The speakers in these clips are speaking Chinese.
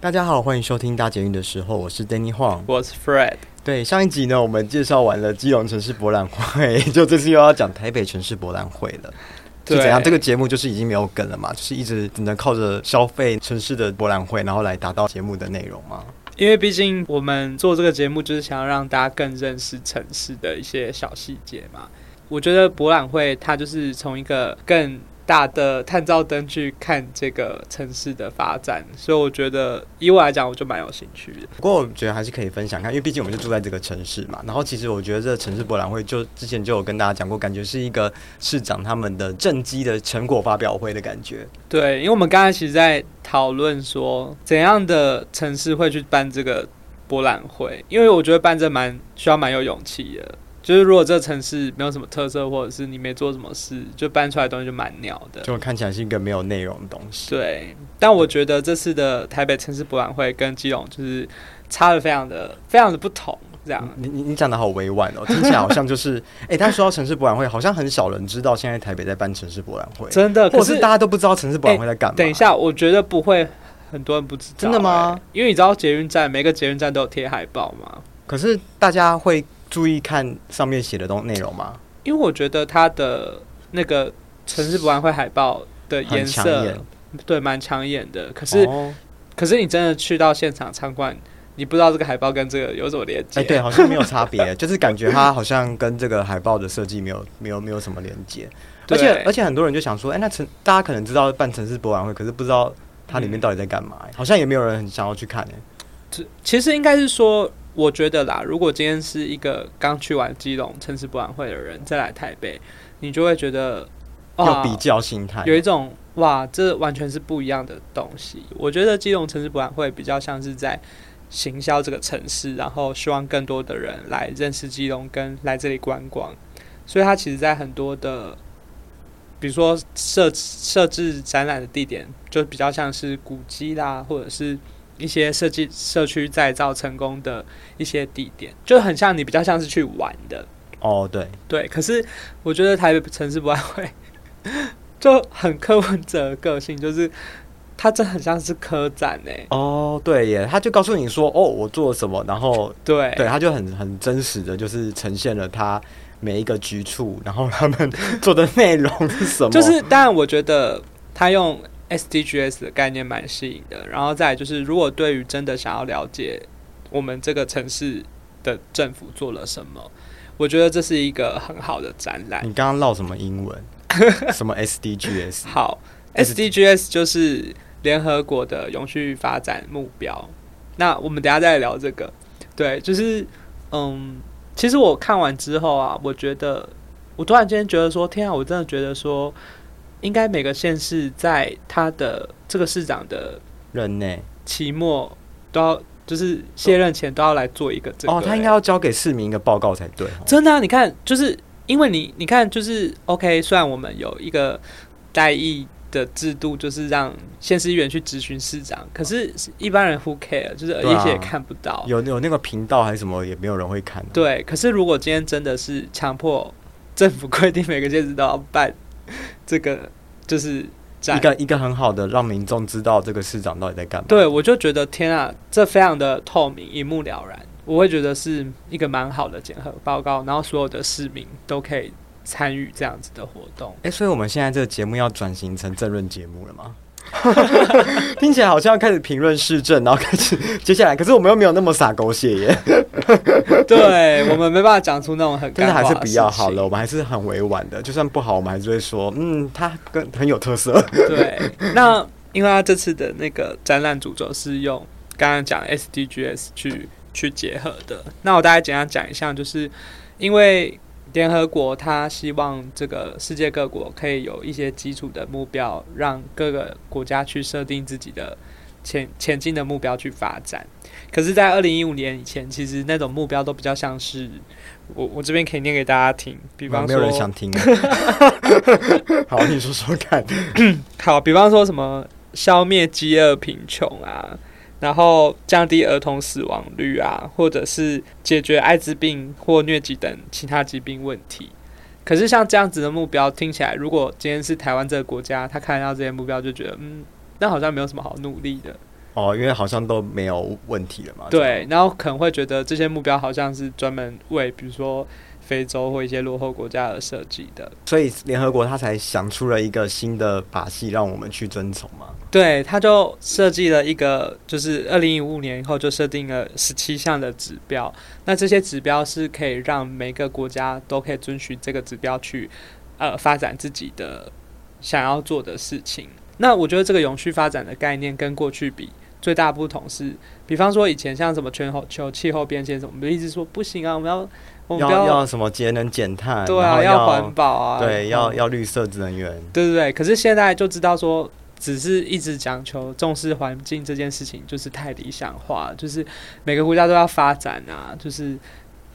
大家好，欢迎收听大捷运的时候，我是 Danny Huang。我是 Fred，对，上一集呢，我们介绍完了基隆城市博览会， 就这次又要讲台北城市博览会了。是对怎样？这个节目就是已经没有梗了嘛，就是一直只能靠着消费城市的博览会，然后来达到节目的内容嘛。因为毕竟我们做这个节目就是想要让大家更认识城市的一些小细节嘛。我觉得博览会它就是从一个更大的探照灯去看这个城市的发展，所以我觉得以我来讲，我就蛮有兴趣的。不过我觉得还是可以分享看，因为毕竟我们就住在这个城市嘛。然后其实我觉得这个城市博览会就之前就有跟大家讲过，感觉是一个市长他们的政绩的成果发表会的感觉。对，因为我们刚才其实在讨论说怎样的城市会去办这个博览会，因为我觉得办这蛮需要蛮有勇气的。就是如果这城市没有什么特色，或者是你没做什么事，就办出来的东西就蛮鸟的。就看起来是一个没有内容的东西。对，但我觉得这次的台北城市博览会跟基隆就是差的非常的非常的不同，这样。啊你你你讲的好委婉哦，听起来好像就是，哎、但说到城市博览会，好像很少人知道现在台北在办城市博览会，真的，或可哎者是大家都不知道城市博览会在干嘛、等一，下，我觉得不会很多人不知道、真的吗欸？因为你知道捷运站每个捷运站都有贴海报嘛，可是大家会注意看上面写的东内容吗？因为我觉得它的那个城市博览会海报的颜很抢色眼，，对，蛮抢眼的。可是，哦可是你真的去到现场参观，你不知道这个海报跟这个有什么连接。哎、对，好像没有差别，就是感觉它好像跟这个海报的设计没有没有没有什么连接，而对且而且很多人就想啊说，哎、那城大家可能知道办城市博览会，可是不知道它嗯里面到底在干嘛、哎好像也没有人很想要去看、哎。这其实应该是说，我觉得啦，如果今天是一个刚去完基隆城市博览会的人再来台北，你就会觉得有哇，比较心态，哦有一种哇，这完全是不一样的东西。我觉得基隆城市博览会比较像是在行销这个城市，然后希望更多的人来认识基隆跟来这里观光，所以它其实在很多的。比如说设设置展览的地点，就比较像是古迹啦，或者是一些设计社区再造成功的一些地点，就很像你比较像是去玩的，哦，对，对，可是我觉得台北城市博览会就很柯文哲的个性，就是他真的很像是科展哎、哦，对耶，他就告诉你说，哦，我做了什么，然后对对，他就很很真实的，就是呈现了他每一个局处，然后他们 做的内容是什么，就是当然我觉得他用 SDGs 的概念蛮吸引的，然后再来就是如果对于真的想要了解我们这个城市的政府做了什么，我觉得这是一个很好的展览。你刚刚唠什么英文，什么 SDGs，好 SD ，SDGs 就是联合国的永续发展目标。那我们等一下再聊这个。对，就是嗯，其实我看完之后啊，我觉得我突然间觉得说，天啊，我真的觉得说，应该每个县市在他的这个市长的人呢？期末都要，就是卸任前都要来做一个这个、哦，他应该要交给市民一个报告才对哦，真的、啊，你看，就是因为你，你看，就是 OK，虽然我们有一个代议的制度，就是让县市议员去咨询市长，可是一般人 who care，就是对啊而且也看不到。有有那个频道还是什么，也没有人会看、啊，，对，可是如果今天真的是强迫政府规定每个县市都要办这个，就是展一个一个很好的让民众知道这个市长到底在干嘛，对，我就觉得天啊，这非常的透明，一目了然。我会觉得是一个蛮好的检核报告，然后所有的市民都可以参与这样子的活动。哎、所以我们现在这个节目要转型成政论节目了吗？ 听起来好像要开始评论市政，然后开始 接下来，可是我们又没有那么洒狗血耶， 对我们没办法讲出那种很但干是话还的是比较事好情了，我。们还是很委婉的，就算不好，我们还是会说，嗯，它跟很有特色，对，那因为他这次的那个展览主轴是用刚刚讲 SDGs 去去结合的，那我大概简单讲一下，就是因为联合国它希望这个世界各国可以有一些基础的目标，让各个国家去设定自己的前前进的目标去发展。可是，在二零一五年以前，其实那种目标都比较像是我我这边可以念给大家听， 比方没说有人想 听。好，你说说看，好，比方说什么消灭饥饿、贫穷啊，然后降低儿童死亡率啊，或者是解决艾滋病或疟疾等其他疾病问题。可是像这样子的目标，听起来如果今天是台湾这个国家，他看到这些目标就觉得，嗯，那好像没有什么好努力的。哦，因为好像都没有问题了嘛。对，然后可能会觉得这些目标好像是专门为比如说非洲或一些落后国家而设计的。所以联合国他才想出了一个新的把戏，让我们去遵从嘛。对，他就设计了一个，就是二零一五年以后就设定了十七项的指标。那这些指标是可以让每个国家都可以遵循这个指标去，呃，发展自己的想要做的事情。那我觉得这个永续发展的概念跟过去比最大不同是，比方说以前像什么全球气候变迁什么，我们一直说不行啊，我们要我们要不要什么节能减碳，对然啊，后要环保啊，对，要嗯要绿色能源。对对对，可是现在就知道说，只是一直讲求重视环境这件事情，就是太理想化了，就是每个国家都要发展啊，就是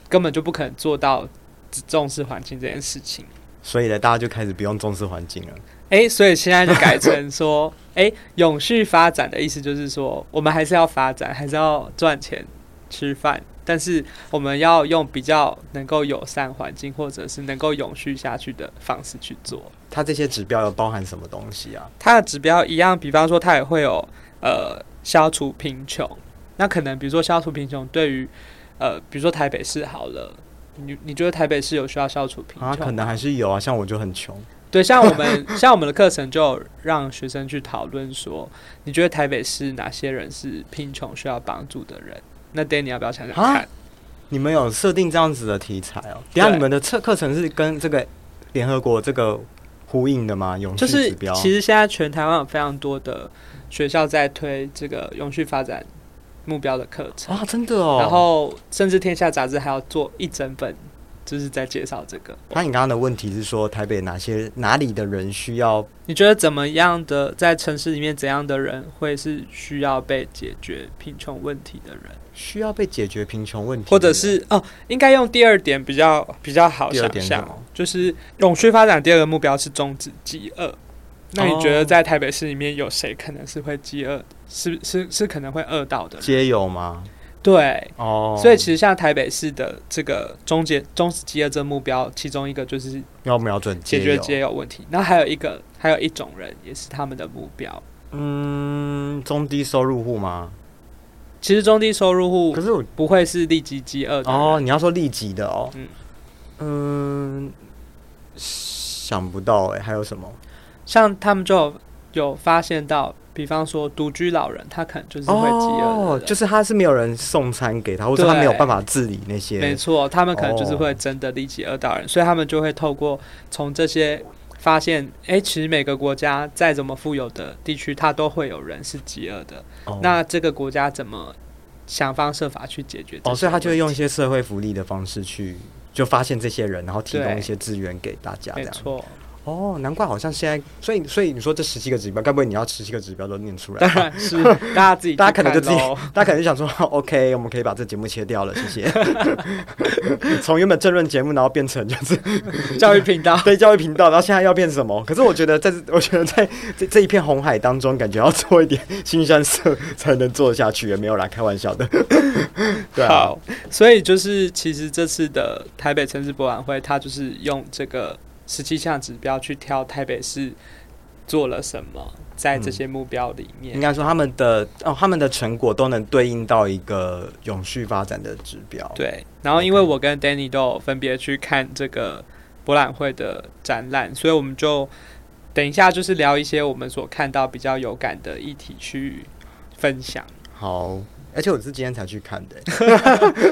根本就不可能做到只重视环境这件事情。 所以呢，大家就开始不用重视环境了。诶，所以现在就改成说，诶，永续发展的意思就是说，我们还是要发展，还是要赚钱吃饭，但是我们要用比较能够友善环境，或者是能够永续下去的方式去做。它这些指标有包含什么东西啊？它的指标一样，比方说它也会有呃消除贫穷，那可能比如说消除贫穷对于呃比如说台北市好了，你你觉得台北市有需要消除贫啊，可穷吗？能还是有啊，像我就很穷。对，像我们像我们的课程就有让学生去讨论说，你觉得台北市哪些人是贫穷需要帮助的人？那 Danny 要不要想想啊看？你们有设定这样子的题材哦？等一下对你们的课课程是跟这个联合国这个呼应的吗？永就续是指标？其实现在全台湾有非常多的学校在推这个永续发展目标的课程。啊，真的哦。然，后甚至《天下》杂志还要做一整本，就是在介绍这个。那你刚刚的问题是说，台北哪些哪里的人需要你觉得怎么样的在城市里面，怎样的人会是需要被解决贫穷问题的人，需要被解决贫穷问题？或者是哦，应该用第二点比较比较好第二想点是什象哦么，就是永续发展第二个目标是终止饥饿。那你哦觉得在台北市里面有谁可能是会饥饿，是是是可能会饿到的人？皆有吗？对，哦，所以其实像台北市的这个终结终止饥饿这目标，其中一个就是要瞄准解皆决有皆有问题。那还有一个，还有一种人也是他们的目标。嗯，中低收入户吗？其实中低收入户可是我不会是立即饥饿的人哦，，你要说利己的哦，嗯嗯，想不到哎、还有什么？像他们就有有发现到，比方说独居老人，他可能就是会饥饿的哦，人。就是他是没有人送餐给他，或者他对没有办法治理那没些。错，他们可能就是会真的立即饿哦到人，所以他们就会透过从这些发现，诶，其实每个国家再怎么富有的地区，它都会有人是饥饿的。哦那这个国家怎么想方设法去解决？哦，所以他就会用一。些社会福利的方式去。就发现这些人，然后提供对一些资源给大家，这没样错，哦，难怪好像现在，所以所以你说这十七个指标，该不会你要十七个指标都念出来当吧？然是大家自己 去大家可能就看咯 大家可能就想说，OK，我们可以把这节目切掉了，谢 谢。从原本政论节目，然后变成就是。教育频道对教育频道，然后现在要变什么？可是我觉得在，这， 我觉得在这这一片红海当中，感觉要做一点新山色才能做下去，也没有啦，开玩笑的。 对啊，好，所以就是其实这次的台北城市博览会，它就是用这个十七项指标去挑台北市做了什么，在这些目标里应面。该说他们的哦，他们的成果都能对应到一个永续发展的指标。对，然后因为 OK 我跟 Danny 都有分别去看这个博览会的展览，所以我们就等一下就是聊一些我们所看到比较有感的议题去分享，好，而且我是今天才去看 的、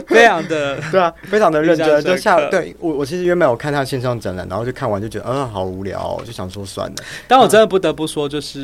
非常的对啊，非常的认印象真。深刻就下午，对我我其实原本有看他线上展览，然后就看完就觉得，嗯、好无聊、哦，就想说算了。但我真的不得不说，就是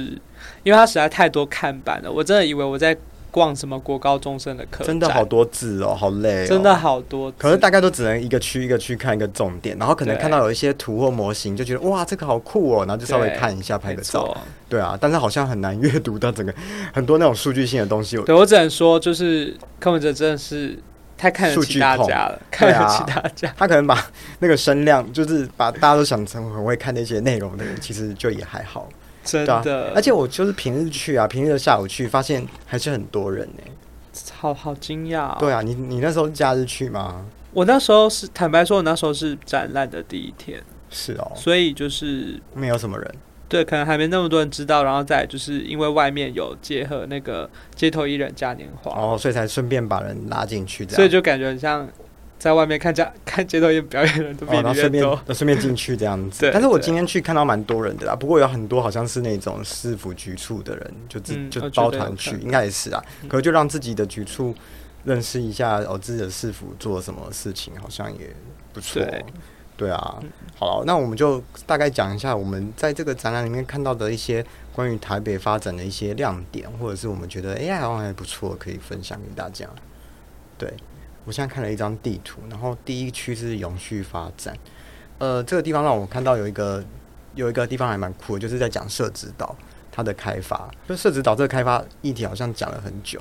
因为它实在太多看板了，我真的以为我在逛什么国高中生的课，真的好，多字哦，好累、哦，真的。好多字，可是大概都只能一个区一个区看一个重点，然后可能对看到有一些图或模型，就觉得哇，这个好酷哦，然后就稍微看一下拍没个照。错。对啊，但是好像很难阅读到整个很多那种数据性的东西。我对我只能说，就是柯文哲真的是太看得数起据大控家了，看对得啊起大 家。他可能把那个声量，就是把大家都想成很会看那些内容的人，其实就也还好。真对啊的，而且我就是平日去啊，平日的下午去，发现还是很多人呢、欸嗯好好惊讶、哦。对，啊，你你那时候假日去吗？我那时候是坦白说，我那时候是展览的第一天，是哦，所以就是没有什么人。对，可能还没那么多人知道。然后再来就是因为外面有结合那个街头艺人嘉年华，哦，所以才顺便把人拉进去这样，所以就感觉很像在外面看家 看街头艺人表演的人都比哦，然后里顺面便多。顺便进去这样子 对。但是我对今天去看到蛮多人的啦，不过有很多好像是那种市府局处的人，就自、嗯就我觉包得有团可去，能应该也是啊。可是就让自己的局处认识一下哦，自己的市府做了什么事情，好像也不错。对对啊，好了，那我们就大概讲一下我们在这个展览里面看到的一些关于台北发展的一些亮点，或者是我们觉得哎呀、好像还不错，可以分享给大家。对我现在看了一张地图，然后第一区是永续发展，呃，这个地方让我看到有一个有一个地方还蛮酷的，就是在讲社子岛它的开发，就社子岛这个开发议题好像讲了很久。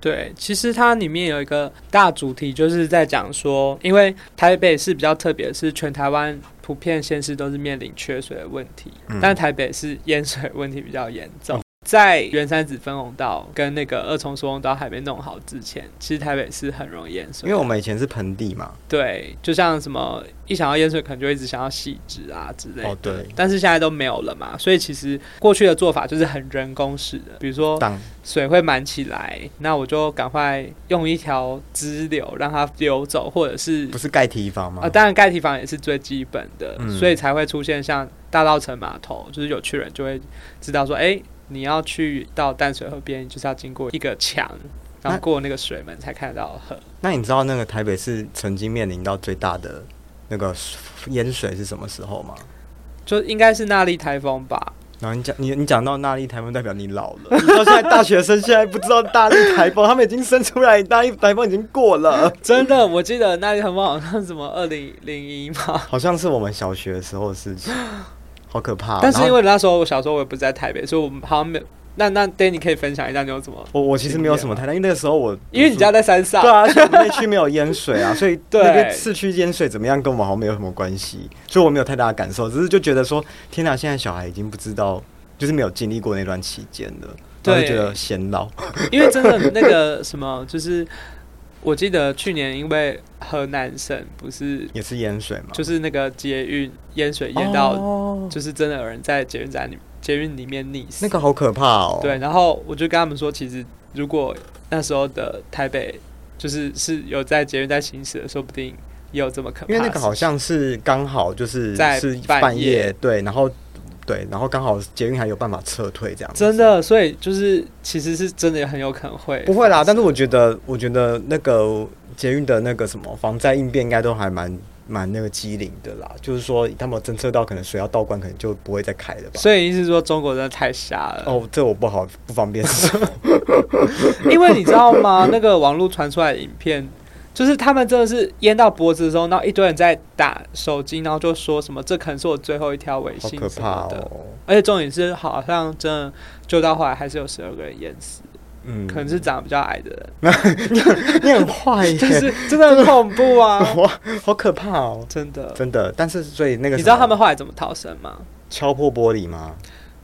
对，其实它里面有一个大主题，就是在讲说，因为台北是比较特别，是全台湾普遍县市都是面临缺水的问题，嗯但台北是淹水问题比较严重。在原山子分红道跟那个二重疏洪道还没弄好之前，其实台北是很容易淹水因的，为我们以前是盆地嘛，对，就像什么一想到淹水，可能就一直想到细致啊之类的。哦对但是现在都没有了嘛，所以其实过去的做法就是很人工式的，比如说当水会满起来，那我就赶快用一条支流让它流走，或者是不是盖堤防吗啊，？当然盖堤防也是最基本的，嗯所以才会出现像大稻城码头，就是有去人就会知道说，哎、你要去到淡水河边，就是要经过一个墙，那然后过那个水门才看得到河。那你知道那个台北市曾经面临到最大的那个淹水是什么时候吗？就应该是那莉台风吧，然后你讲你你讲到大力台风，代表你老 了。你到现在大学生现在不知道大力台风， 他们已经生出来，大力台风已经过 了，真的，我记得那莉台风好像什么二零零一嘛，好像是我们小学的时候的事情，好可怕哦、但是然后因为那时候我小时候我也不在台北，所以我们好像没有。那那 Danny 可以分享一下你有怎么？我我其实没有什么太大，因为那个时候我啊因为你家在山 上，对啊，而且我们那区没有淹水啊，所以 对那边市区淹水怎么样，跟我们好像没有什么关系，所以我没有太大的感受，只是就觉得说，天哪，现在小孩已经不知道，就是没有经历过那段期间了，然后就对觉得显老。因为真的那个什么，就是我记得去年因为河南省不是也是淹水嘛，就是那个捷运淹水淹到，哦就是真的有人在捷运站里捷运里面溺死。那个好可怕哦。对，，然后我就跟他们说，其实如果那时候的台北就是是有在捷运在行驶的，说不定也有这么可怕的事情。因为那个好像是刚好就是在是半半夜对，然后对，然后刚好捷运还有办法撤退这样子。真的，所以就是其实是真的很有可能会不会啦，但是我觉得，我觉得那个捷运的那个什么防灾应变，应该都还蛮蛮那个机灵的啦。就是说，他们侦测到可能水要倒灌，可能就不会再开了吧。所以意思是说中国真的太瞎了。哦，这我不好不方便说。 因为你知道吗？那个网络传出来的影片，就是他们真的是淹到脖子的时候，然后一堆人在打手机，然后就说什么“这可能是我最后一条微好信可什怕么的”哦。而且重点是，好像真的救到后来还是有十二个人淹死，嗯，可能是长得比较矮的人， 你很坏 耶，但是真的很恐怖啊！ 哇，好可怕哦，真的，真的。但是所以那个你知什么道他们后来怎么逃生吗？敲破玻璃吗？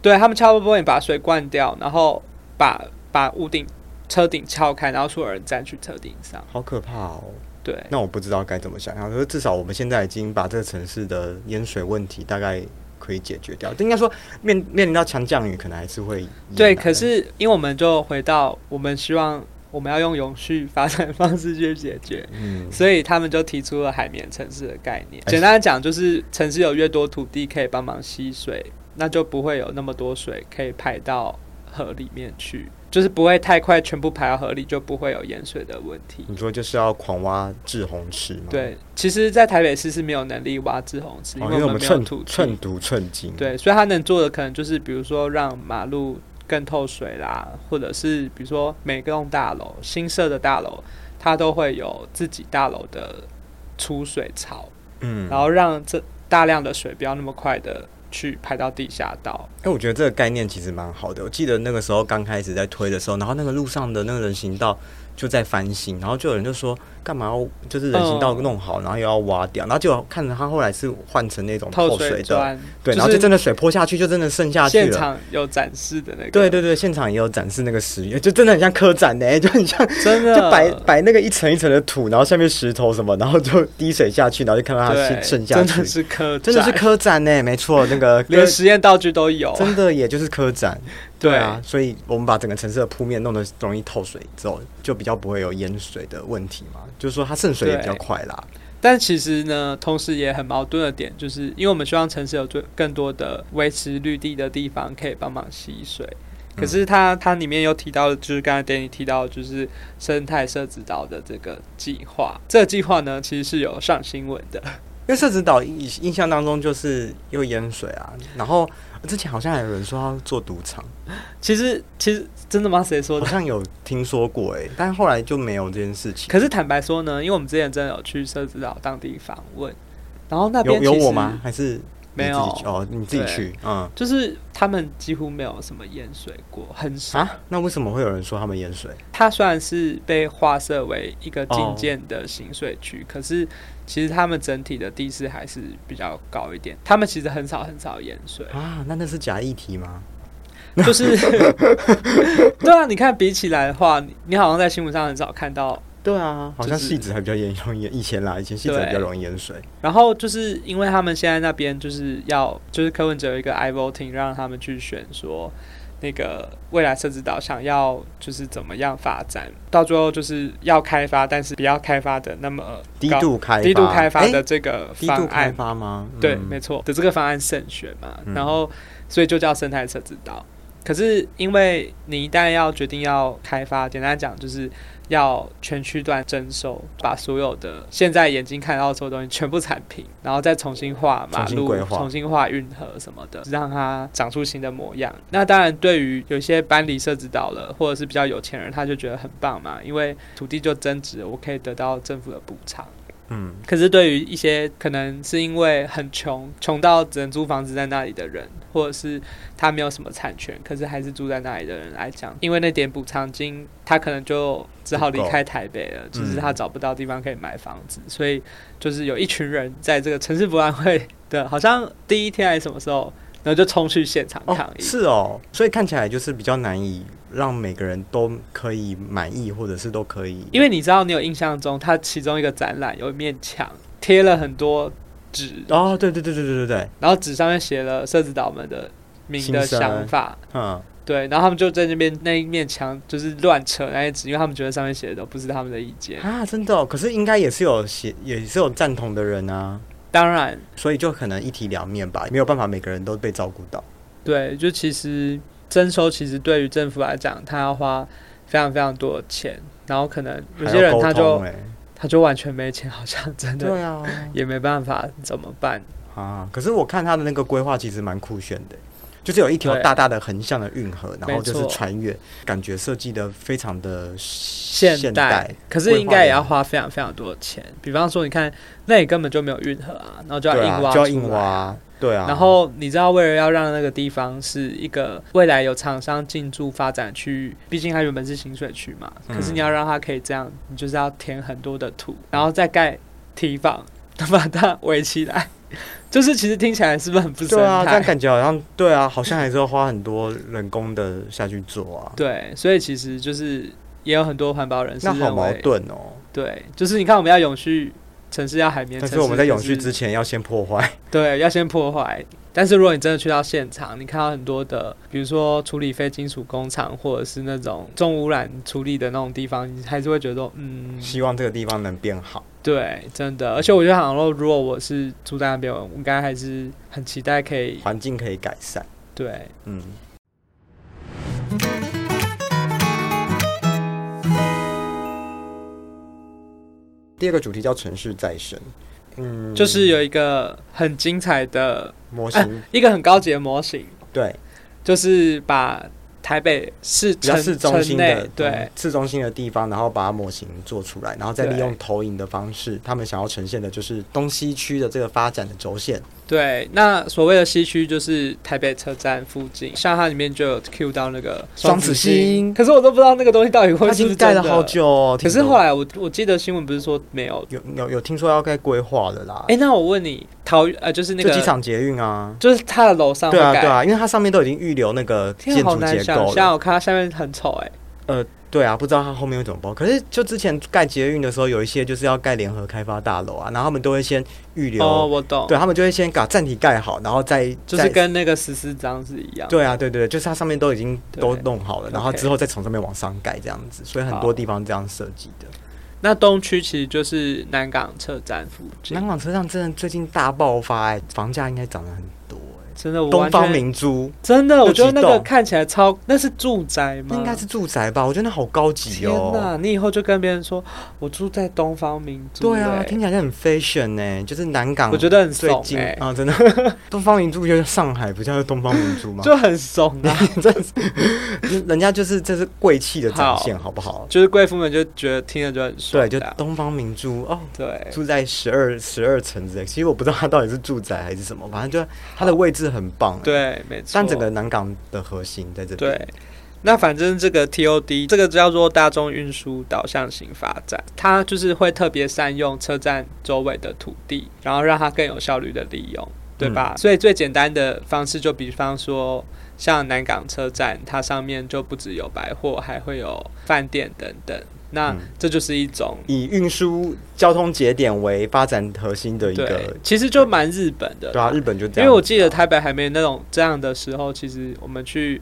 对他们敲玻璃把水灌掉，然后把把屋顶、车顶撬开，然后所有人站去车顶上。好可怕哦。对，那我不知道该怎么想象，可是至少我们现在已经把这个城市的淹水问题大概可以解决掉。应该说面面临到强降雨，可能还是会对，淹啊可是因为我们就回到我们希望我们要用永续发展的方式去解决， 嗯，所以他们就提出了海绵城市的概念。哎简单地讲，就是城市有越多土地可以帮忙吸水，那就不会有那么多水可以排到河里面去，就是不会太快全部排到河里，就不会有淹水的问题。你说就是要狂挖治洪池吗？对，其实，在台北市是没有能力挖滞洪池，哦，因为为我们们没有寸土地寸。土寸金。，对，所以他能做的可能就是，比如说让马路更透水啦，或者是比如说每个栋大楼新设的大楼，它都会有自己大楼的出水槽，嗯，然后让这大量的水不要那么快的去排到地下道。哎、我觉得这个概念其实蛮好的。我记得那个时候刚开始在推的时候，然后那个路上的那个人行道就在翻新，然后就有人就说干嘛要就是人行道嗯弄好，然后又要挖掉，然后就看着他后来是换成那种透透水水的，砖，对，就然后就是真的水泼下去，就真的渗下去现了。场有展示的那个，对对对，现场也有展示那个石原，就真的很像科展呢、 就很像真的就摆摆那个一层一层的土，然后下面石头什么，然后就滴水下去，然后就看到它对，渗渗啊下真的去，是科真的是展科展呢、没错，那个连科实验道具都有，真的也就是科展， 对啊，，所以我们把整个城市的铺面弄得容易透水之后，就比较不会有淹水的问题嘛，就是说它渗水也比较对快啦，但其实呢，同时也很矛盾的点，就是因为我们希望城市有最更多的维持绿地的地方可以帮忙吸水，嗯可是它它里面又提到了，就是刚才 Danny 提到，的就是生态社指导的这个计划，这个计划呢其实是有上新闻的， 因为社子岛印印象当中就是又淹水啊，然后之前好像还有人说要做赌场，其实其实真的吗？谁说好的？像有听说过哎、但后来就没有这件事情。可是坦白说呢，因为我们之前真的有去社指导当地访问，然后那边有有其实我吗？？还是你没有自己去哦，你自己对去，嗯就是他们几乎没有什么淹水过，很少。啊，那为什么会有人说他们淹水？它虽然是被划设为一个禁哦，建的行水区，可是其实他们整体的地势还是比较高一点。他们其实很少很少淹水 啊，那那是假议题吗？就是对啊，你看比起来的话，你你好像在新闻上很少看到。对啊，好像就是嗯戏子还比较严容易，以前啦，以前戏子还比较对容易淹水。然后就是因为他们现在那边就是要，就是柯文哲有一个 i voting 让他们去选说。那个未来设置岛想要就是怎么样发展，到最后就是要开发，但是不要开发的那么低高度开发，低度开发诶的这个低方度案开，发吗？对，嗯没错的这个方案慎选嘛，嗯然后所以就叫生态车指导。可是因为你一旦要决定要开发，简单讲就是要全区段征收，把所有的现在眼睛看到的所有东西全部铲平，然后再重新画马重新路、规划重新画运河什么的，让它长出新的模样。那当然，对于有些班里设置到了，或者是比较有钱人，他就觉得很棒嘛，因为土地就增值了，我可以得到政府的补偿。嗯，可是对于一些可能是因为很穷，穷到只能租房子在那里的人，或者是他没有什么产权，可是还是住在那里的人来讲，因为那点补偿金，他可能就只好离开台北了，不就够是他找不到地方可以买房子，所以就是有一群人在这个城市博览会的，好像第一天还是什么时候，然后就冲去现场抗哦，议。是哦，所以看起来就是比较难以让每个人都可以满意，或者是都可以，因为你知道，你有印象中，它其中一个展览有一面墙贴了很多纸，哦，对对对对对对对，然后纸上面写了社子岛们的名的心声想法，嗯，对，然后他们就在那边那一面墙就是乱扯那些纸，因为他们觉得上面写的都不是他们的意见。啊，真的、哦，可是应该也是有写，也是有赞同的人啊，当然，所以就可能一体两面吧，没有办法每个人都被照顾到。对，就其实征收其实对于政府来讲，他要花非常非常多的钱，然后可能有还些要人沟他通就欸他就完全没钱，好像真的对啊，也没办法，怎么办？啊，可是我看他的那个规划其实蛮酷炫的，就是有一条对大大的横向的运河，然后就没是错穿越，感觉设计的非常的现现代，可是应该也要花非常非常多的钱。比方说，你看那里根本就没有运河啊，然后就要对硬挖、啊，就要硬挖，对啊，然后你知道，为了要让那个地方是一个未来有厂商进驻发展区域，毕竟它原本是行水区嘛，嗯可是你要让它可以这样，你就是要填很多的土，然后再盖堤 防，把它围起来。 就是其实听起来是不是很不生对啊，但态？感觉好像对啊，好像还是要花很多人工的下去做 啊，对，所以其实就是也有很多环保人士那好认矛为，盾哦。对，就是你看我们要永续。城市要海绵，但是城市我们在永续就是之前要先破坏，对，要先破坏。但是如果你真的去到现场，你看到很多的，比如说处理非金属工厂，或者是那种重污染处理的那种地方，你还是会觉得说，嗯，希望这个地方能变好。对，真的。而且我觉得，好像如果我是住在那边，我应该还是很期待可以环境可以改善。对。嗯，第二个主题叫城市再生，嗯，就是有啊一个很精彩的，模型，一个很高级的模型，对，就是把台北市比较城市中心城的嗯内，对，市中心的地方，然后把它模型做出来，然后再利用投影的方式，他们想要呈现的就是东西区的这个发展的轴线，对，那所谓的西区就是台北车站附近，像它里面就有 Q 到那个双子星可是我都不知道那个东西到底会它已是经不是盖真了的。好久哦。可听是说后来我我记得新闻不是说没有？有有有听说要盖规划了啦，哎、那我问你，桃呃就是那就个机场捷运啊。就是它的楼上会对啊，盖。对啊，因为它上面都已经预留那个天建啊，好筑难结想构象，了。我看它下面很丑哎、对啊，不知道它后面会怎么包。可是就之前盖捷运的时候，有一些就是要盖联合开发大楼啊，然后他们都会先预留，哦，我懂，对啊他们就会先把站体盖好，然后再就是再跟那个十四章是一样。对啊，对对对，就是它上面都已经对都弄好了，然后 OK 之后再从上面往上盖这样子，所以很好多地方这样设计的。那东区其实就是南港车站附近南，港车站真的最近大爆发、哎，房价应该涨了很多、哎。真的我东完方全明珠真的，我那觉得几那个栋看起来超，那是住宅吗？那应该是住宅吧？我觉得那好高级嗯天哦、哪！你以后就跟别人说，我住在东方明珠、对啊，欸听起来就很 fashion 呢、就是南港我觉得很最怂近哎、啊，真的 东方明珠就是上海，不叫东方明珠吗？就很怂啊。 人家就是这是贵气的展现，好不好？就是贵妇们就觉得听着就很爽对，这就样，东方明珠哦，啊对住在十二十二层之类。其实我不知道它到底是住宅还是什么，反正就它的位置很棒、，欸对，没错。但整个南港的核心在这边。对。那反正这个 TOD 这个叫做大众运输导向型发展，它就是会特别善用车站周围的土地，然后让它更有效率的利用，对吧？嗯所以最简单的方式，就比方说像南港车站，它上面就不只有百货，还会有饭店等等。那嗯这就是一种以运输交通节点为发展核心的一对个，，其实就蛮日本的啦。对啊，日本就这因样。为我记得，台北还没那种这样的时候，其实我们去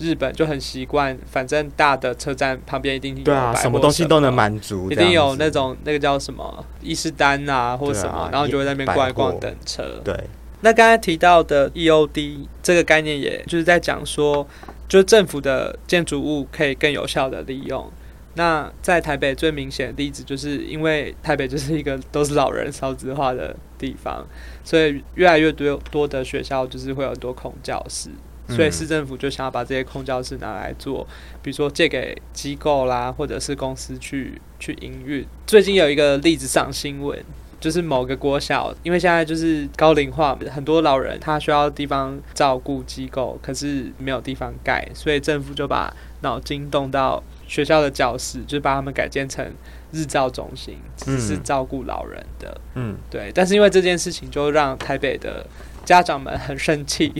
日本就很习惯，反正大的车站旁边一定有对啊，百货什么东西都能，满足，一这样定有子那种那个叫什么伊势丹啊或者什么，对啊然后就会在那边逛百一逛货等车。对。那刚才提到的 EOD 这个概念，也就是在讲说，就是政府的建筑物可以更有效的利用。那在台北最明显的例子，就是因为台北就是一个都是老人少子化的地方，所以越来越多多的学校就是会有很多空教室，所以嗯市政府就想要把这些空教室拿来做，比如说借给机构啦，或者是公司去去营运。最近有一个例子上新闻，就是某个国小，因为现在就是高龄化，很多老人他需要地方照顾机构，可是没有地方盖，所以政府就把脑筋动到学校的教室，就把他们改建成日照中心，只是嗯照顾老人的。嗯，对，但是因为这件事情，就让台北的家长们很生气，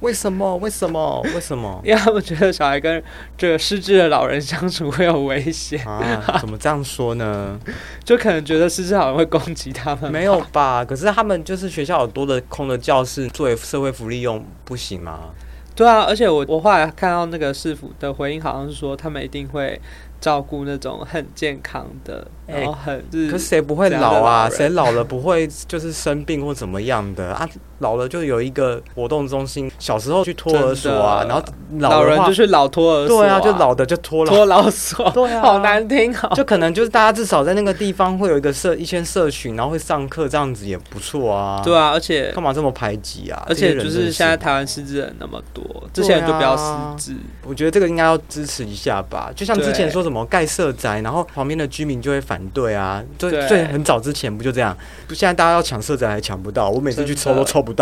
为什么？为什么？为什么因为他们觉得小孩跟这个失智的老人相处会有危险，啊？怎么这样说 呢？就可能觉得失智老人会攻击他们。没有吧？可是他们就是学校有多的空的教室作为社会福利用，不行吗？对啊，而且我我后来看到那个市府的回应，好像是说他们一定会照顾那种很健康的，哎然后很可是是谁不会怎样的老老啊？人谁老了不会就是生病或怎么样的啊？老了就有一个活动中心，小时候去托儿所啊，真的然后老的人话就去老托儿所、对啊，就老的就托老，托老所，对啊，好难听哦。就可能就是大家至少在那个地方会有一个社一些社群，然后会上课，这样子也不错啊。对啊，而且干嘛这么排挤啊？而这且些人就真是的啊现在台湾失智人那么多，这些人就不要失智。我觉得这个应该要支持一下吧。就像之前对说什么盖社宅，然后旁边的居民就会反对啊。最对最很早之前不就这样？不，现在大家要抢社宅还抢不到，我每次去抽真的都抽不到。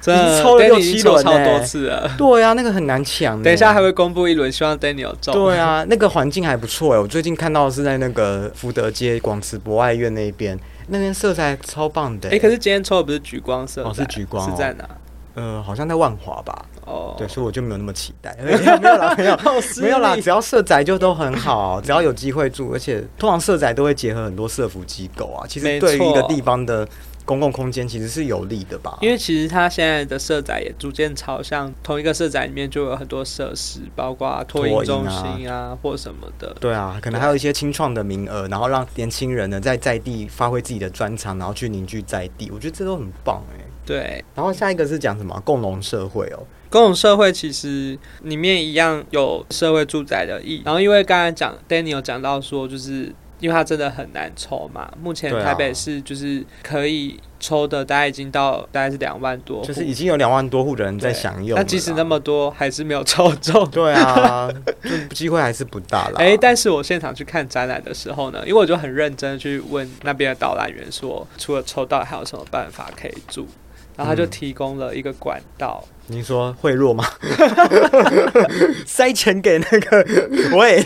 真已的经抽了欸 Danny 六已经七抽轮超嘞多次了。对啊，那个很难抢呢。等一下还会公布一轮，希望 Danny 有中。对啊，那个环境还不错哎、我最近看到的是在那个福德街广慈博爱院那边，那边社宅超棒的、欸哎、可是今天抽的不是橘光色彩，哦是橘光哦是在哪？呃，好像在万华吧？哦， 对，所以我就没有那么期待。 没有啦，没有。好失礼，没有啦，只要社宅就都很好， 只要有机会住，而且通常社宅都会结合很多社服机构啊。其没实对于一个错地方的公共空间其实是有利的吧？因为其实它现在的社宅也逐渐朝向同一个社宅里面就有很多设施，包括托婴托婴中心啊或什么的。对啊，可能还有一些清创的名额，然后让年轻人呢在在地发挥自己的专长，然后去凝聚在地，我觉得这都很棒哎、对，然后下一个是讲什么共荣社会哦，公共社会其实里面一样有社会住宅的意义。然后因为刚才讲 Danny 有讲到说，就是因为它真的很难抽嘛，目前对啊台北市就是可以抽的，大概已经到大概是两万多户，就是已经有两万多户人在对啊享用了啦。那即使那么多，还是没有抽中。对啊，就机会还是不大啦。 哎、但是我现场去看展览的时候呢，因为我就很认真地去问那边的导览员说，除了抽到还有什么办法可以住？然后他就提供了一个管 道，您说贿赂吗？ 塞钱给那个喂，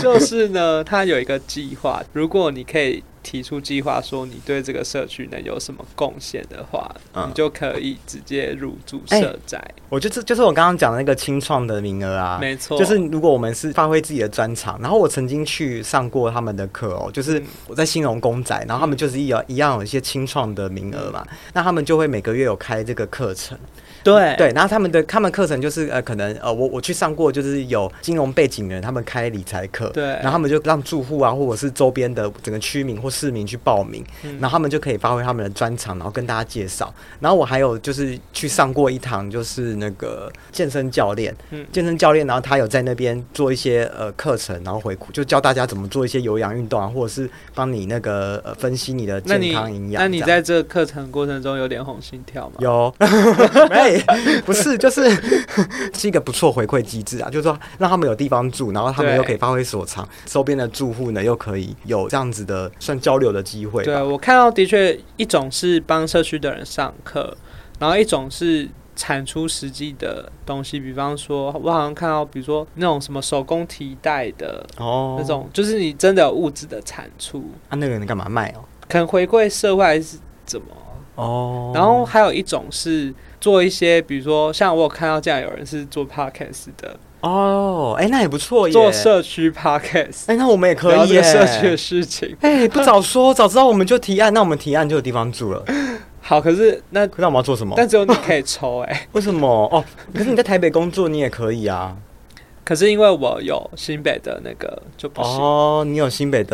就是呢，他有一个计划，如果你可以提出计划说你对这个社区呢有什么贡献的话，嗯你就可以直接入住哎社宅。我就是就是我刚刚讲的那个清创的名额啊，没错，就是如果我们是发挥自己的专长，然后我曾经去上过他们的课哦，就是嗯我在新农公仔，然后他们就是一样一样有一些清创的名额嘛，那他们就会每个月有开这个课程，对对，然后他们的他们课程就是呃可能呃我我去上过，就是有金融背景的人他们开理财课，对然后他们就让住户啊或者是周边的整个区民或市民去报名，嗯然后他们就可以发挥他们的专长，然后跟大家介绍。然后我还有就是去上过一堂，就是那个健身教练，嗯健身教练，然后他有在那边做一些呃课程，然后回顾就教大家怎么做一些有氧运动啊，或者是帮你那个呃分析你的那健你康营养这样。那你在这个课程过程中有脸红心跳吗？ 有，没不是，就是 是一个不错回馈机制啊，就是说让他们有地方住，然后他们对又可以发挥所长，周边的住户呢又可以有这样子的算交流的机会吧。对啊我看到的确，一种是帮社区的人上课，然后一种是产出实际的东西，比方说，我好像看到，比如说那种什么手工提袋的、哦，那种，就是你真的有物质的产出，啊，那个人干嘛卖哦？可能回馈社会还是怎么。哦，然后还有一种是做一些，比如说像我有看到这样有人是做 podcast 的，哦，哎、那也不错耶。做社区 podcast，哎、那我们也可聊以这个耶。社区的事情。哎、不早说，早知道我们就提案，那我们提案就有地方住了。好，可是那可那我们要做什么？但只有你可以抽哎、为什么？哦，可是你在台北工作，你也可以啊。可是因为我有新北的那个就不行哦，你有新北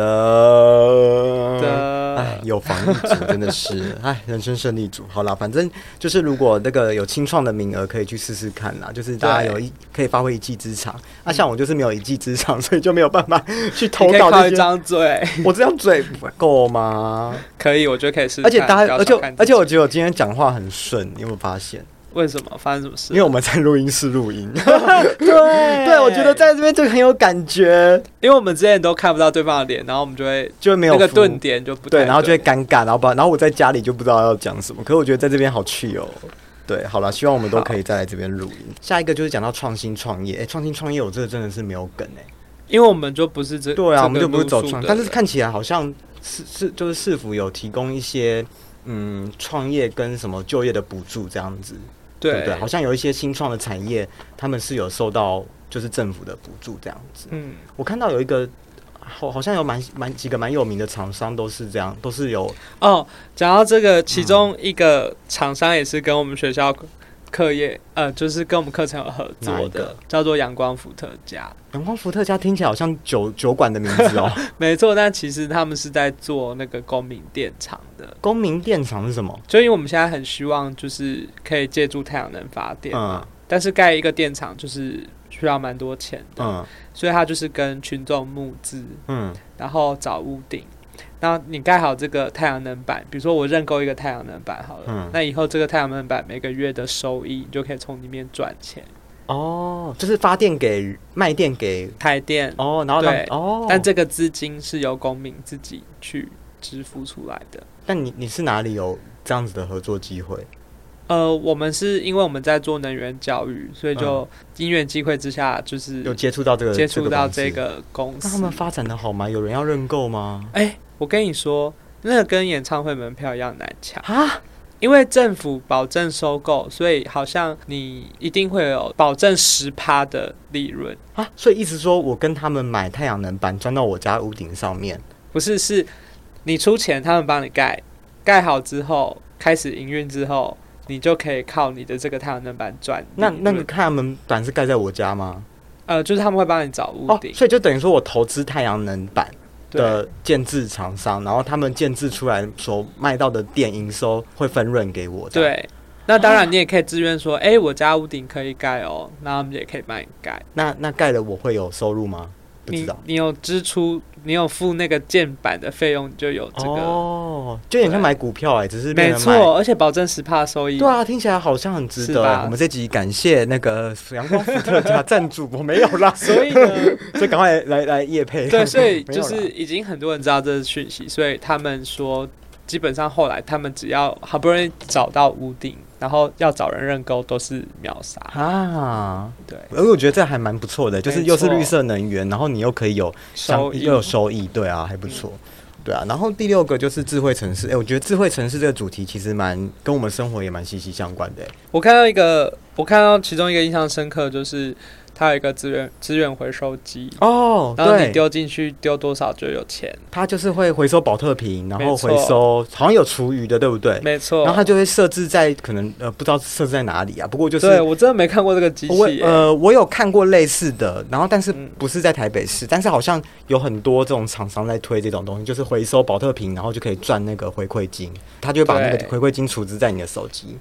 的。哎的，，有防疫组真的是，哎，人生胜利组。好啦，反正就是如果那个有清创的名额，可以去试试看啦。就是大家对嗯有一可以发挥一技之长。啊，像我就是没有一技之长，所以就没有办法去投你可以稿靠这一些。张嘴， 我这张嘴够吗？可以，我觉得可以试试看。而且大家，不而要且小看自己而且我觉得我今天讲话很顺，你有没有发现？为什么发生什么事？因为我们在录音室录 音。对，对我觉得在这边就很有感觉，因为我们之前都看不到对方的脸，然后我们就会就没有那个服顿点就不太对，然后就会尴尬，然后不，然后我在家里就不知道要讲什么。可是我觉得在这边好趣哦。对，好了，希望我们都可以再来这边录音。下一个就是讲到创新创业，哎、创新创业我这个真的是没有梗哎、因为我们就不是这对这啊，个我们就不是走路数创，的但是人看起来好像是是就是市府有提供一些嗯创业跟什么就业的补助这样子，对不对？好像有一些新创的产业，他们是有受到就是政府的补助这样子。嗯，我看到有一个好好像有蛮蛮几个蛮有名的厂商都是这样，都是有哦，讲到这个，其中一个厂商也是跟我们学校课业，呃，就是跟我们课程有合哪一作个的，叫做阳光伏特加。阳光伏特加听起来好像酒酒馆的名字 哦。没错，但其实他们是在做那个公民电厂的，公民电厂是什么？就因为我们现在很希望就是可以借助太阳能发电，嗯但是盖一个电厂就是需要蛮多钱的，嗯所以它就是跟群众募资，嗯然后找屋顶。那你盖好这个太阳能板，比如说我认购一个太阳能板好了，嗯那以后这个太阳能板每个月的收益，你就可以从里面赚钱，哦，就是发电给卖电给开店。哦，然后他们对哦，但这个资金是由公民自己去支付出来的。但你你是哪里有这样子的合作机会？呃，我们是因为我们在做能源教育，所以就因缘机会之下，就是嗯有接触到这个接触到这个个公公司？那司。他们发展的好吗？有人要认购吗？哎、我跟你说，那个跟演唱会门票一样难抢，啊，因为政府保证收购，所以好像你一定会有保证十趴的利润，啊，所以意思说我跟他们买太阳能板装到我家屋顶上面，不是？是你出钱，他们帮你盖，盖好之后开始营运之后，你就可以靠你的这个太阳能板赚利那润。那个太阳能板是盖在我家吗？呃，就是他们会帮你找屋哦顶，，所以就等于说我投资太阳能板，对的建制厂商，然后他们建制出来所卖到的电营收会分润给我。这样，对，那当然你也可以自愿说，哎、我家屋顶可以盖哦，那他们也可以帮你盖。那那盖了我会有收入吗？不知你道。你有支出，你有付那个建板的费用，你就有这个。哦，就有点像买股票哎、只是变没成买。错，而且保证十帕收益。对啊，听起来好像很值得是欸、吧我们这集感谢那个阳光伏特加赞助，我没有啦， 所以呢， 所以赶快来来来夜配。对，所以哎 没就有是啦已经很多人知道这是讯息，所以他们说基本上后来他们只要好不容易找到屋顶，然后要找人认购都是秒杀。啊，对，而我觉得这还蛮不错的，就是又是没错绿色能源，然后你又可以有收益又有收益，对啊，还不错。对啊，然后第六个就是智慧城市。哎、我觉得智慧城市这个主题其实蛮跟我们生活也蛮息息相关的、欸我看到一个，我看到其中一个印象深刻就是它有一个资源资源回收机，哦然后你对，丢进去丢多少就有钱，它就是会回收保特瓶，然后没错回收好像有厨余的，对不对？没错。然后它就会设置在可能呃不知道设置在哪里啊，不过就是对我真的没看过这个机我器耶、呃，我有看过类似的，然后但是嗯不是在台北市，但是好像有很多这种厂商在推这种东西，就是回收保特瓶，然后就可以赚那个回馈金，他就会把那个对回馈金储值在你的手机。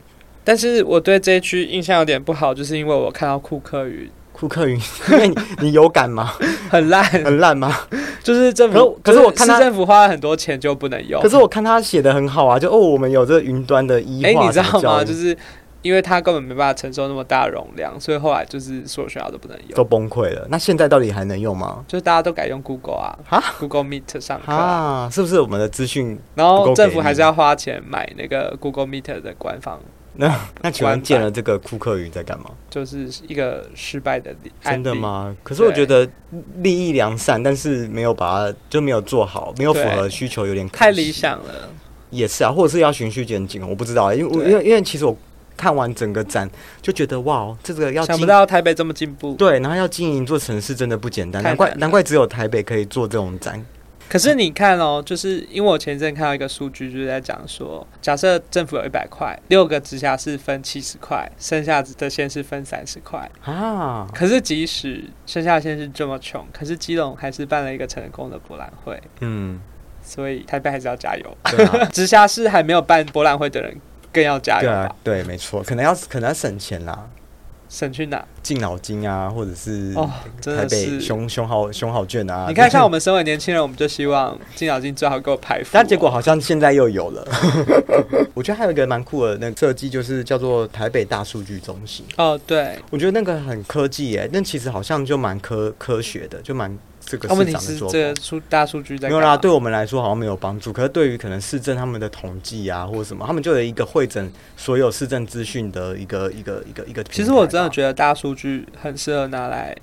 但是我对这一区印象有点不好，就是因为我看到库克鱼库克云， 因为你你有感吗？很烂， 很烂吗？ 就是政府，可是可是我看就他市政府花了很多钱就不能用。可是我看他写的很好啊，就哦，我们有这云端的医化哎、什么教育，你知道吗？就是因为它根本没办法承受那么大的容量，所以后来就是所有学校都不能用都，崩溃了。那现在到底还能用吗？就是大家都改用 Google 啊哈，Google Meet 上课、啊，啊，是不是我们的资讯？然不够后给政府力还是要花钱买那个 Google Meet 的官方，那那请关问板建了这个库克云在干嘛？就是一个失败的例案真的例？吗？可是我对觉得利益良善，但是没有把它就没有做好，没有符合对需求，有点可惜太理想了，也是啊，或者是要循序渐进，我不知道啊，因为我对因为因为其实我看完整个展就觉得哇，这个要想不经到台北这么进步。对，然后要经营一座城市真的不简单，太难怪难了难怪只有台北可以做这种展。可是你看哦，就是因为我前一阵看到一个数据，就是在讲说，假设政府有一百块，六个直辖市分七十块，剩下的县市分三十块。啊，可是即使剩下的县市这么穷，可是基隆还是办了一个成功的博览会，嗯，所以台北还是要加油。 对啊， 直辖市还没有办博览会的人更要加对油啊吧？，对，没错，可能要可能要省钱啦，省去哪？敬老金啊，或者是哦，真台的北是。熊熊好熊好券啊，你看，像我们身为年轻人，我们就希望金小金最好给我排付、但结果好像现在又有了。 我觉得还有一个蛮酷的那个设计，就是叫做台北大数据中心。哦，对，我觉得那个很科技耶、那其实好像就蛮科科学的，就蛮这个那市问题长的是做这法个。数大数据在没干有嘛啦，对我们来说好像没有帮助。可是对于可能市政他们的统计啊，或者什么，他们就有一个会诊所有市政资讯的一个一个一个一个平台吧。其实我真的觉得大数据很适合拿来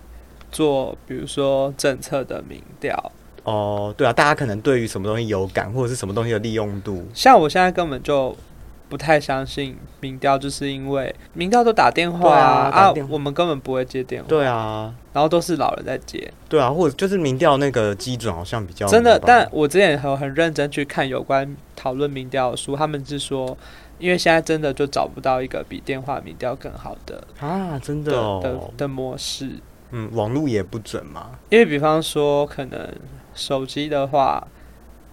做，比如说政策的民调。得哦，对啊，大家可能对于什么东西有感，或者是什么东西的利用度，像我现在根本就不太相信民调，就是因为民调都打电话对啊打啊电话我们根本不会接电话，对啊，然后都是老人在接。对啊，或者就是民调那个基准好像比较真没的，有帮但我之前很很认真去看有关讨论民调的书，他们是说。因为现在真的就找不到一个比电话民调更好的啊，真的的哦，的的模式，嗯，网络也不准嘛，因为比方说，可能手机的话，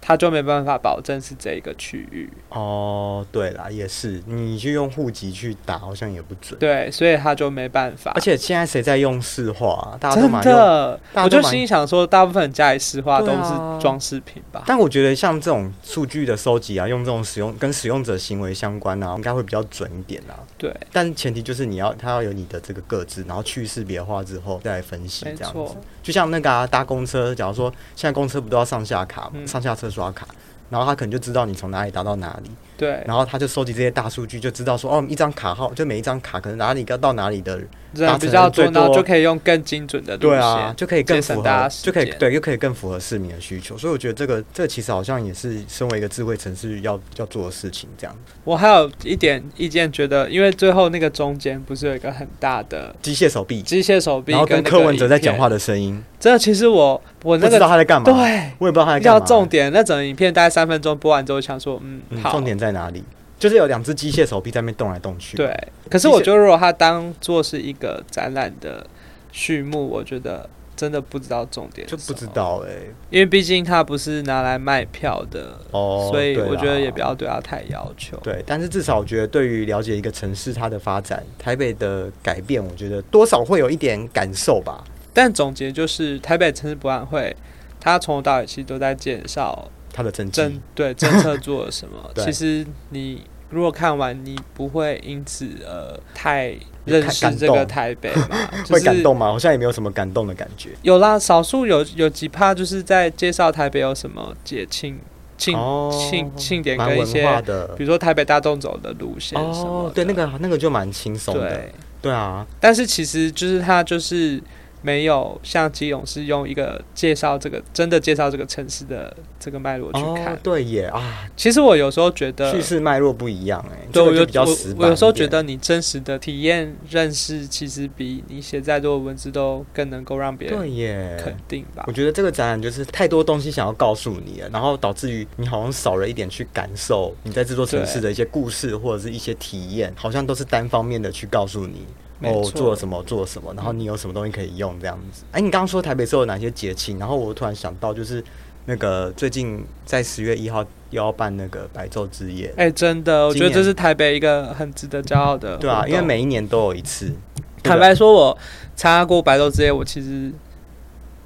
它就没办法保证是这一个区域，哦，对啦，也是，你去用户籍去打好像也不准，，对，啊所以它就没办法而。且现在谁在用市话、啊？大家都真蛮用，的，大家我都就蛮心里想说，大部分人家里市话都对啊是装饰品吧？但我觉得像这种数据的收集啊，用这种使用跟使用者行为相关啊，应该会比较准一点啦、啊对，但前提就是你要它要有你的这个个资，然后去识别化之后再来分析没这样子错。，就像那个、啊、搭公车，假如说现在公车不都要上下卡吗、嗯上下车刷卡，然后他可能就知道你从哪里搭到哪里。对，然后他就收集这些大数据，就知道说哦，一张卡号就每一张卡可能哪里到哪里的，达人成比较最多，然后多就可以用更精准的路对啊，线。就可以更节省符大合家，时就可以间对，又可以更符合市民的需求。所以我觉得这个这个其实好像也是身为一个智慧城市要要做的事情，这样我还有一点意见，觉得因为最后那个中间不是有一个很大的机械手臂，机械手臂，然后跟跟柯文哲在讲话的，的声音，真的，其实我不我哦那知道个他在干嘛，对。我也不知道他在比较干嘛。重点，那整影片大概三分钟播完之后，想说，嗯，嗯，好，重点在哪里？就是有两只机械手臂在那边动来动去。对。可是我觉得，如果它当做是一个展览的序幕，我觉得真的不知道重点，就不知，道哎、因为毕竟它不是拿来卖票的，哦，所以对我觉得啦也不要对它太要求。对，但是至少我觉得，对于了解一个城市它的发展，台北的改变，我觉得多少会有一点感受吧。但总结就是，台北城市博览会，它从头到尾其实都在介绍它的政绩，政对政策做了什么。嗯 对其实你如果看完，你不会因此呃太太认识感这个动台北 嘛，就会感是动吗？好像也没有什么感动的感觉。有啦，少数有有几趴就是在介绍台北有什么节庆庆哦庆庆典蛮跟一文些，化的比如说台北大众走的路线啊什么哦的，对，那个那个就蛮轻松的，对。对啊，但是其实就是他就是没有像基隆是用一个介绍这个真的介绍这个城市的这个脉络去看。哦，对耶啊，其实我有时候觉得叙事脉络不一样哎，对，这我个就有比较我死板我有时候一觉点得你真实的体验认识，其实比你写再多的文字都更能够让别人对肯耶。定吧我。觉得这个展览就是太多东西想要告诉你了，然后导致于你好像少了一点去感受你在这座城市的一些故事或者是一些体验，好像都是单方面的去告诉你没哦错做了什么做了什么，然后你有什么东西可以用这样子。哎，你刚刚说台北市有哪些节庆？然后我突然想到就是那个最近在十月一号又要办那个白昼之 夜，哎、真的，我今觉得这年是台北一个很值得骄傲的活动。对啊，因为每一年都有一次。对 坦不对白说，我参加过白昼之夜，我其实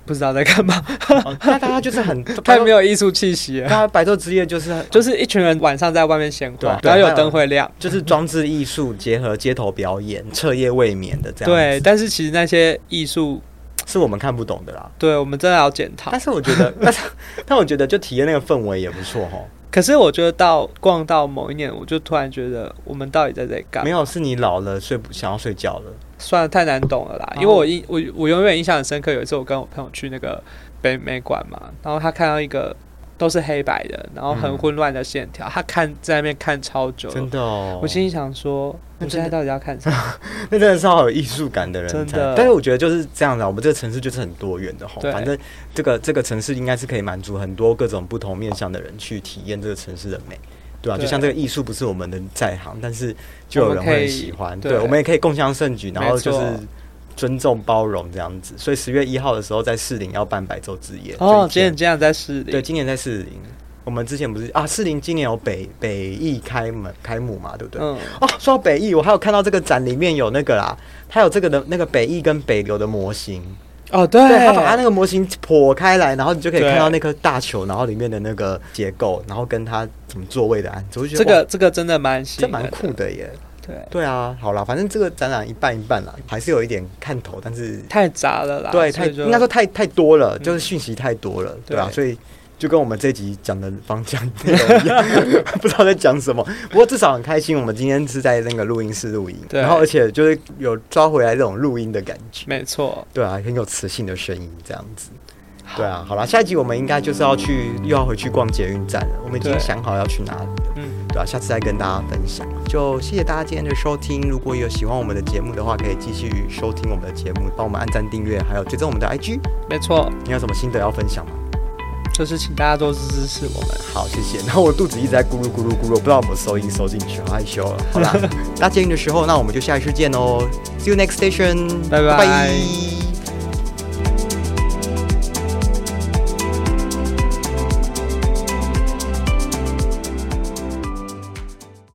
不知道在 干嘛，哦那大家就是 很太没有，有艺术气息了。他白昼之夜就是 就是一群人晚上在外面闲对晃啊，然后对有啊灯会亮。就是装置艺术结合街头表演，彻夜未眠的这样。对，，但是其实那些艺术，是我们看不懂的啦。对我们真的要检讨但。是我觉得，但是但我觉得就体验那个氛围也不错哦。可是我觉得到逛到某一年，我就突然觉得我们到底在这里干嘛没？有，是你老了睡不想要睡觉了。算了，太难懂了啦。哦因为我印我我永远印象很深刻，有一次我跟我朋友去那个北美馆嘛，然后他看到一个都是黑白的，然后很嗯混乱的线条，他看在那边看超久了真的哦，我心里想说，那我真现的在到底要看什么？ 那真的是好有艺术感的人才真的但是我觉得就是这样的，我们这个城市就是很多元的哈。对反正这个这个城市应该是可以满足很多各种不同面向的人去体验这个城市的美，对吧、对就像这个艺术不是我们的在行，但是就有人我们可会以喜欢，对对，我们也可以共襄盛举，然后就没是错。尊重包容这样子，所以十月一号的时候在士林要办白昼之夜。这一哦，今天天这样在市对，里，今年在士林，我们之前不是啊，士林今年有北北艺开门开幕嘛，对不对？嗯，哦，说到北艺，我还有看到这个展里面有那个啦，它有这个的那个北艺跟北流的模型，哦，对，对，它把它那个模型剖开来，然后你就可以对看到那颗大球，然后里面的那个结构，然后跟它怎么座位的安置，我就觉这得哇个这个真的蛮新，这蛮酷，的耶。对，对啊，好啦，反正这个展览一半一半啦，还是有一点看头，但是太杂了啦，对所太以就应该说太太多了，嗯就是讯息太多了，对啊，对所以。就跟我们这集讲的方向内容一样， 不知道在讲什么。不过至少很开心，我们今天是在那个录音室录音，对然后而且就是有抓回来这种录音的感觉，没错，对啊，很有磁性的声音这样子。对啊，好啦，下一集我们应该就是要去又要回去逛捷运站了，我们已经对想好要去哪里。嗯，对啊，下次再跟大家分享。就谢谢大家今天的收听，如果有喜欢我们的节目的话，可以继续收听我们的节目，帮我们按赞、订阅，还有追踪我们的 IG。没错，你有什么心得要分享吗？就是请大家多支持我们，好，谢谢。然后我肚子一直在咕噜咕噜咕噜，不知道我们收音收进去，好害羞了。好啦，搭捷运的时候，那我们就下一次见哦。See you next station，拜拜拜